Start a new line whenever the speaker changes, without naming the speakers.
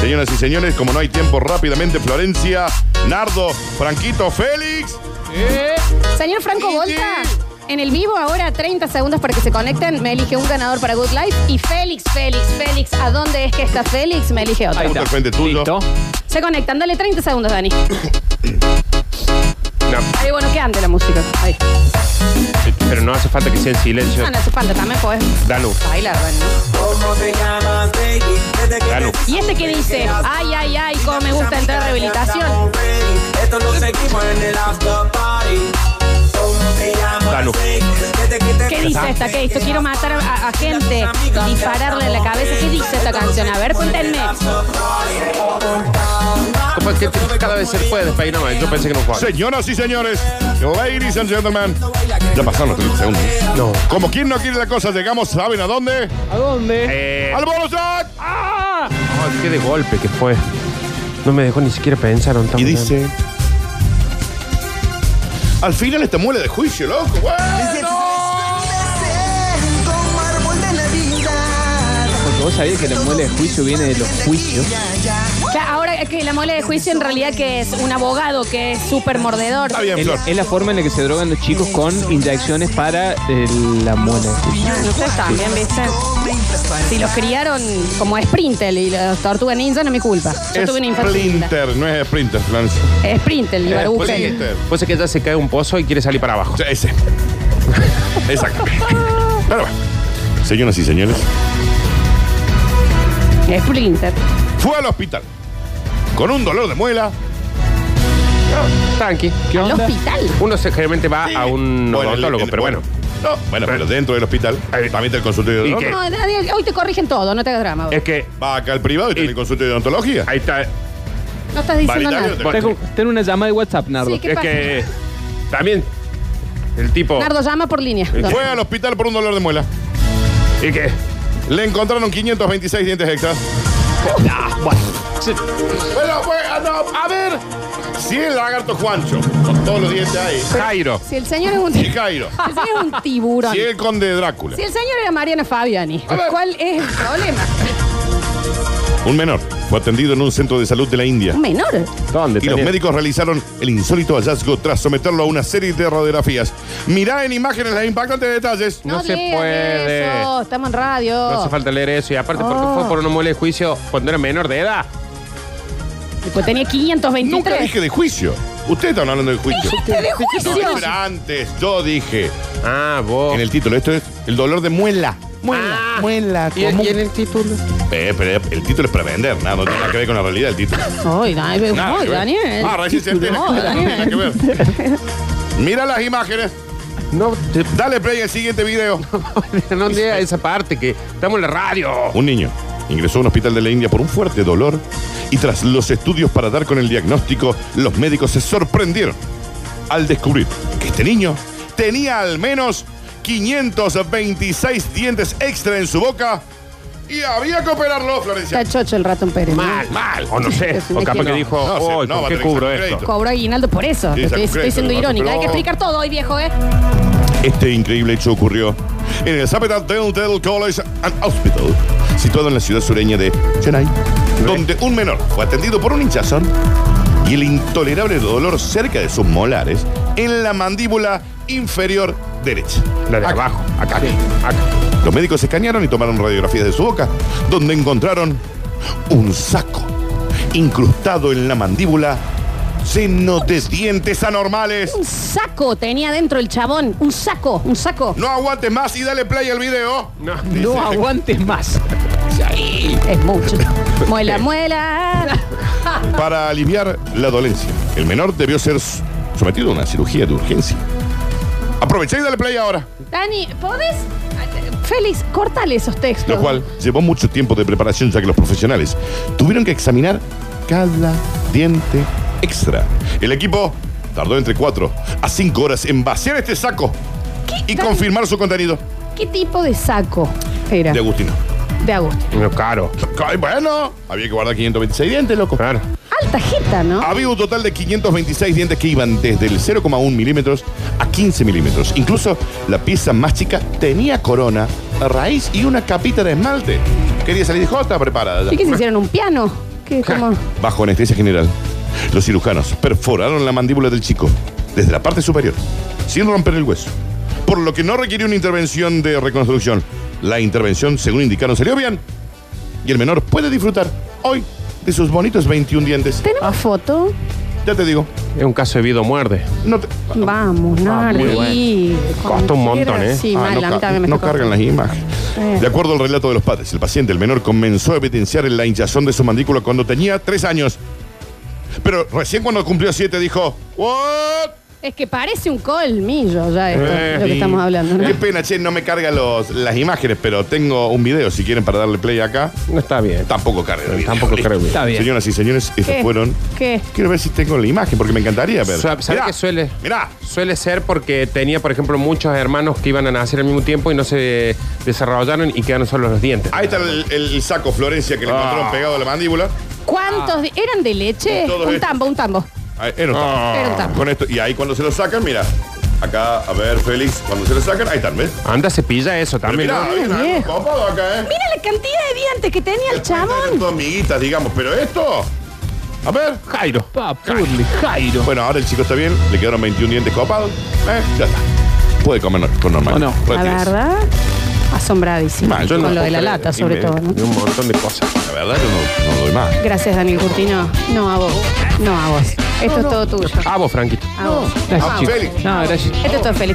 Señoras y señores, como no hay tiempo, rápidamente Florencia, Nardo, Franquito, Félix.
Señor Franco Volta, en el vivo ahora, 30 segundos para que se conecten, me elige un ganador para Good Life y Félix, Félix, Félix, ¿a dónde es que está Félix? Me elige otro.
Ahí está. al frente tuyo.
Listo.
Se conectan, dale 30 segundos, Dani.
No,
Ahí, bueno, que ande la música. Ahí.
eh, pero no hace falta que sea en silencio.
Ah, no hace falta, también puedes
Danu.
bailar, Dani.
¿Cómo te llamas, baby? Desde que
Danu.
¿Y este que dice? Ay, ay, ay, cómo me gusta entrar a rehabilitación.
Esto lo seguimos en el after party. ¿Cómo te llamas,
Danu.
baby? Desde que te
¿Qué dice esta? ¿Qué esto? Quiero matar a, a gente, dispararle en la cabeza. ¿Qué dice esta canción? A ver, cuéntenme.
Como que cada vez se puede despeinar más. Yo pensé que no jugaba.
Señoras y señores, ladies and gentlemen. Ya pasaron los 30 segundos.
No.
Como quien no quiere la cosa, llegamos, ¿saben a dónde?
¿A dónde?
Eh,
¡Al bonus track!
oh, qué de golpe que fue. No me dejó ni siquiera pensar. no,
Y
tan-
dice. Al final esta muela de juicio, loco. Bueno.
Porque vos sabías que la muela de juicio viene de los juicios.
Ya, ahora es que la mole de juicio en realidad que es un abogado que es súper mordedor.
Está bien,
Es,
Flor.
es la forma en la que se drogan los chicos con inyecciones para eh, la muela de juicio.
Ustedes también, ¿viste? Si los criaron como Sprintel y los Tortuga Ninja, no es mi culpa. Yo tuve una infancia linda.
Splinter, no es Sprinter, Florence.
Sprintel,
Eh,
y
pues
Barbucel.
Splinter.
Vos sabés este, que ya se cae un pozo y quiere salir para abajo.
O sea, ese. Exactamente. Pero bueno. Señoras y señores,
Sprinter.
fue al hospital con un dolor de muela.
Tranqui.
¿Al hospital?
Uno se- generalmente va a un
el-
odontólogo,
el-
pero bueno.
No, bueno, pero dentro del hospital también está el consultorio de
¿Y
odontología.
No, nadie- hoy te corrigen todo, no te hagas drama. vos.
Es que
Va acá al privado y tiene
Y-
el consultorio de odontología.
ahí está.
No estás diciendo
Baritario
nada.
te-
Tengo, tengo una llamada de WhatsApp, Nardo.
Sí, ¿Qué
es
pasa?
que también el tipo.
Nardo, llama por línea.
Fue al hospital por un dolor de muela.
¿Y qué?
Le encontraron 526 dientes extras.
Ah, bueno. Sí.
Bueno, bueno, no, a ver. Si el lagarto Juancho, con todos los dientes ahí.
Jairo.
Si el señor es un,
Y
si
Cairo.
el señor es un tiburón.
Si el conde de Drácula.
Si el señor era Mariana Fabiani,
A ver.
¿cuál es el problema?
Un menor fue atendido en un centro de salud de la India.
Un menor.
¿Dónde?
Y los médicos realizaron el insólito hallazgo tras someterlo a una serie de radiografías. Mirá en imágenes los impactantes detalles.
No se
lean
puede.
eso, estamos en radio.
No hace falta leer eso. Y aparte,
Oh.
porque fue por una muela de juicio cuando era menor de edad.
Pues tenía
Nunca
523.
dije de juicio. Ustedes están hablando de juicio.
¡Te de
No,
juicio!
pero antes yo dije
Ah, vos.
en el título, esto es el dolor de muela.
Ah. ¿Y, y en el título?
Eh, pero el título es para vender, nada, no tiene nada que ver con la realidad el título.
Ay, Daniel.
Nada
Ay,
que ver.
Daniel.
Ah, recién se entera.
Ay,
Nada que
Daniel.
ver. Mira las imágenes.
No, te-
Dale play al siguiente video.
no llega a esa parte que estamos en la radio.
Un niño ingresó a un hospital de la India por un fuerte dolor y tras los estudios para dar con el diagnóstico, los médicos se sorprendieron al descubrir que este niño tenía al menos 526 dientes extra en su boca y había que operarlo, Florencia.
Está chocho el ratón Pérez. ¿no?
Mal, mal. O no sé.
Es un
O capaz
equipo.
que dijo,
No, sí,
oh,
no,
¿con
va a
qué
tener que
cubro
sacar
esto?
crédito.
Cobró aguinaldo por eso.
Sí,
Te estoy,
sacó
estoy siendo
crédito,
irónica. Hay que
pero-
explicar todo hoy, viejo, ¿eh?
Este increíble hecho ocurrió en el Zapetal Dental College and Hospital, situado en la ciudad sureña de Chennai, donde un menor fue atendido por un hinchazón y el intolerable dolor cerca de sus molares en la mandíbula inferior derecha.
La de
Acá,
abajo.
Acá.
Sí, acá.
Los médicos escanearon y tomaron radiografías de su boca, donde encontraron un saco incrustado en la mandíbula lleno de dientes anormales.
Un saco tenía dentro el chabón. Un saco, un saco.
No aguantes más y dale play al video.
No.
No aguantes más.
Es mucho. Muela, muela.
Para aliviar la dolencia, el menor debió ser s- sometido a una cirugía de urgencia. Aproveché y dale play ahora.
Dani, ¿podés? Félix, córtale esos textos.
Lo cual llevó mucho tiempo de preparación ya que los profesionales tuvieron que examinar cada diente extra. El equipo tardó entre 4 a 5 horas en vaciar este saco y
Dani?
confirmar su contenido
¿Qué tipo de saco era?
de Agustino.
De Agustín.
No, caro.
Ay, Bueno, había que guardar 526 dientes, loco.
Claro.
Alta jeta, ¿no?
Había un total de 526 dientes que iban desde el 0,1 milímetros a 15 milímetros. Incluso la pieza más chica tenía corona, raíz y una capita de esmalte. Quería salir de J preparada.
¿Y qué se hicieron? ¿Un piano? ¿Qué ¿Qué? ¿Cómo?
Bajo anestesia general, los cirujanos perforaron la mandíbula del chico desde la parte superior, sin romper el hueso, por lo que no requirió una intervención de reconstrucción. La intervención, según indicaron, salió bien y el menor puede disfrutar hoy de sus bonitos 21 dientes.
¿Tenemos foto?
Ya te digo,
Es un caso de vida o muerte.
no te...
Vamos,
Ah, muy
Nardi.
Costó un montón, ¿eh?
Sí,
Ah,
mal,
no
a mí
ca-
también me
no
está
cargan las
costando.
imágenes.
Eh.
De acuerdo al relato de los padres, el paciente, el menor, comenzó a evidenciar la hinchazón de su mandíbula cuando tenía tres años. Pero recién cuando cumplió siete dijo, ¿What?
Es que parece un colmillo ya esto,
Eh,
de lo que
sí.
estamos hablando. ¿no?
Qué pena, che, no me carga los, las imágenes, pero tengo un video si quieren para darle play acá.
No está bien.
Tampoco carga. el video,
Tampoco
listo.
creo bien.
Está bien.
Señoras y señores, estos
¿Qué?
fueron.
¿Qué?
Quiero ver si tengo la imagen, porque me encantaría ver.
Sa- ¿sabe qué suele?
Mirá.
Suele ser porque tenía, por ejemplo, muchos hermanos que iban a nacer al mismo tiempo y no se desarrollaron y quedaron solo los dientes.
Ahí está el, el saco Florencia que le
Ah.
encontraron pegado a la mandíbula.
¿Cuántos? de- ¿Eran de leche?
Todos
Un
estos.
tambo, un tambo.
Ahí, era un tapo.
Ah.
Era un tambo.
Con esto, y ahí cuando se lo sacan, mira. Acá, a ver, Félix, cuando se lo sacan, ahí están, ¿ves?
Anda, cepilla eso
Pero
también.
mirá,
¿no?
bien, algo
Ah, viejo.
copado acá, ¿eh?
Mira la cantidad de dientes que tenía el
Eran
chamón.
Dos amiguitas, digamos, pero esto. A ver.
Jairo.
Papurli, Jairo.
Bueno, ahora el chico está bien, le quedaron 21 dientes copados. Eh, ya está. Puede comer no- con normal.
¿O no?
La
Puede tirarse.
verdad, asombradísimo.
Mal, yo
Con
no
lo de la
puedo
lata,
creer.
sobre
Dime.
todo. ¿no?
Y un montón de cosas.
La verdad, yo no, no doy más.
Gracias, Daniel Curtino. No a vos. No a vos. Esto es todo tuyo.
A vos, Franquito.
A vos.
Gracias,
Ah,
chicos.
Félix.
No, gracias.
Esto es todo, Félix.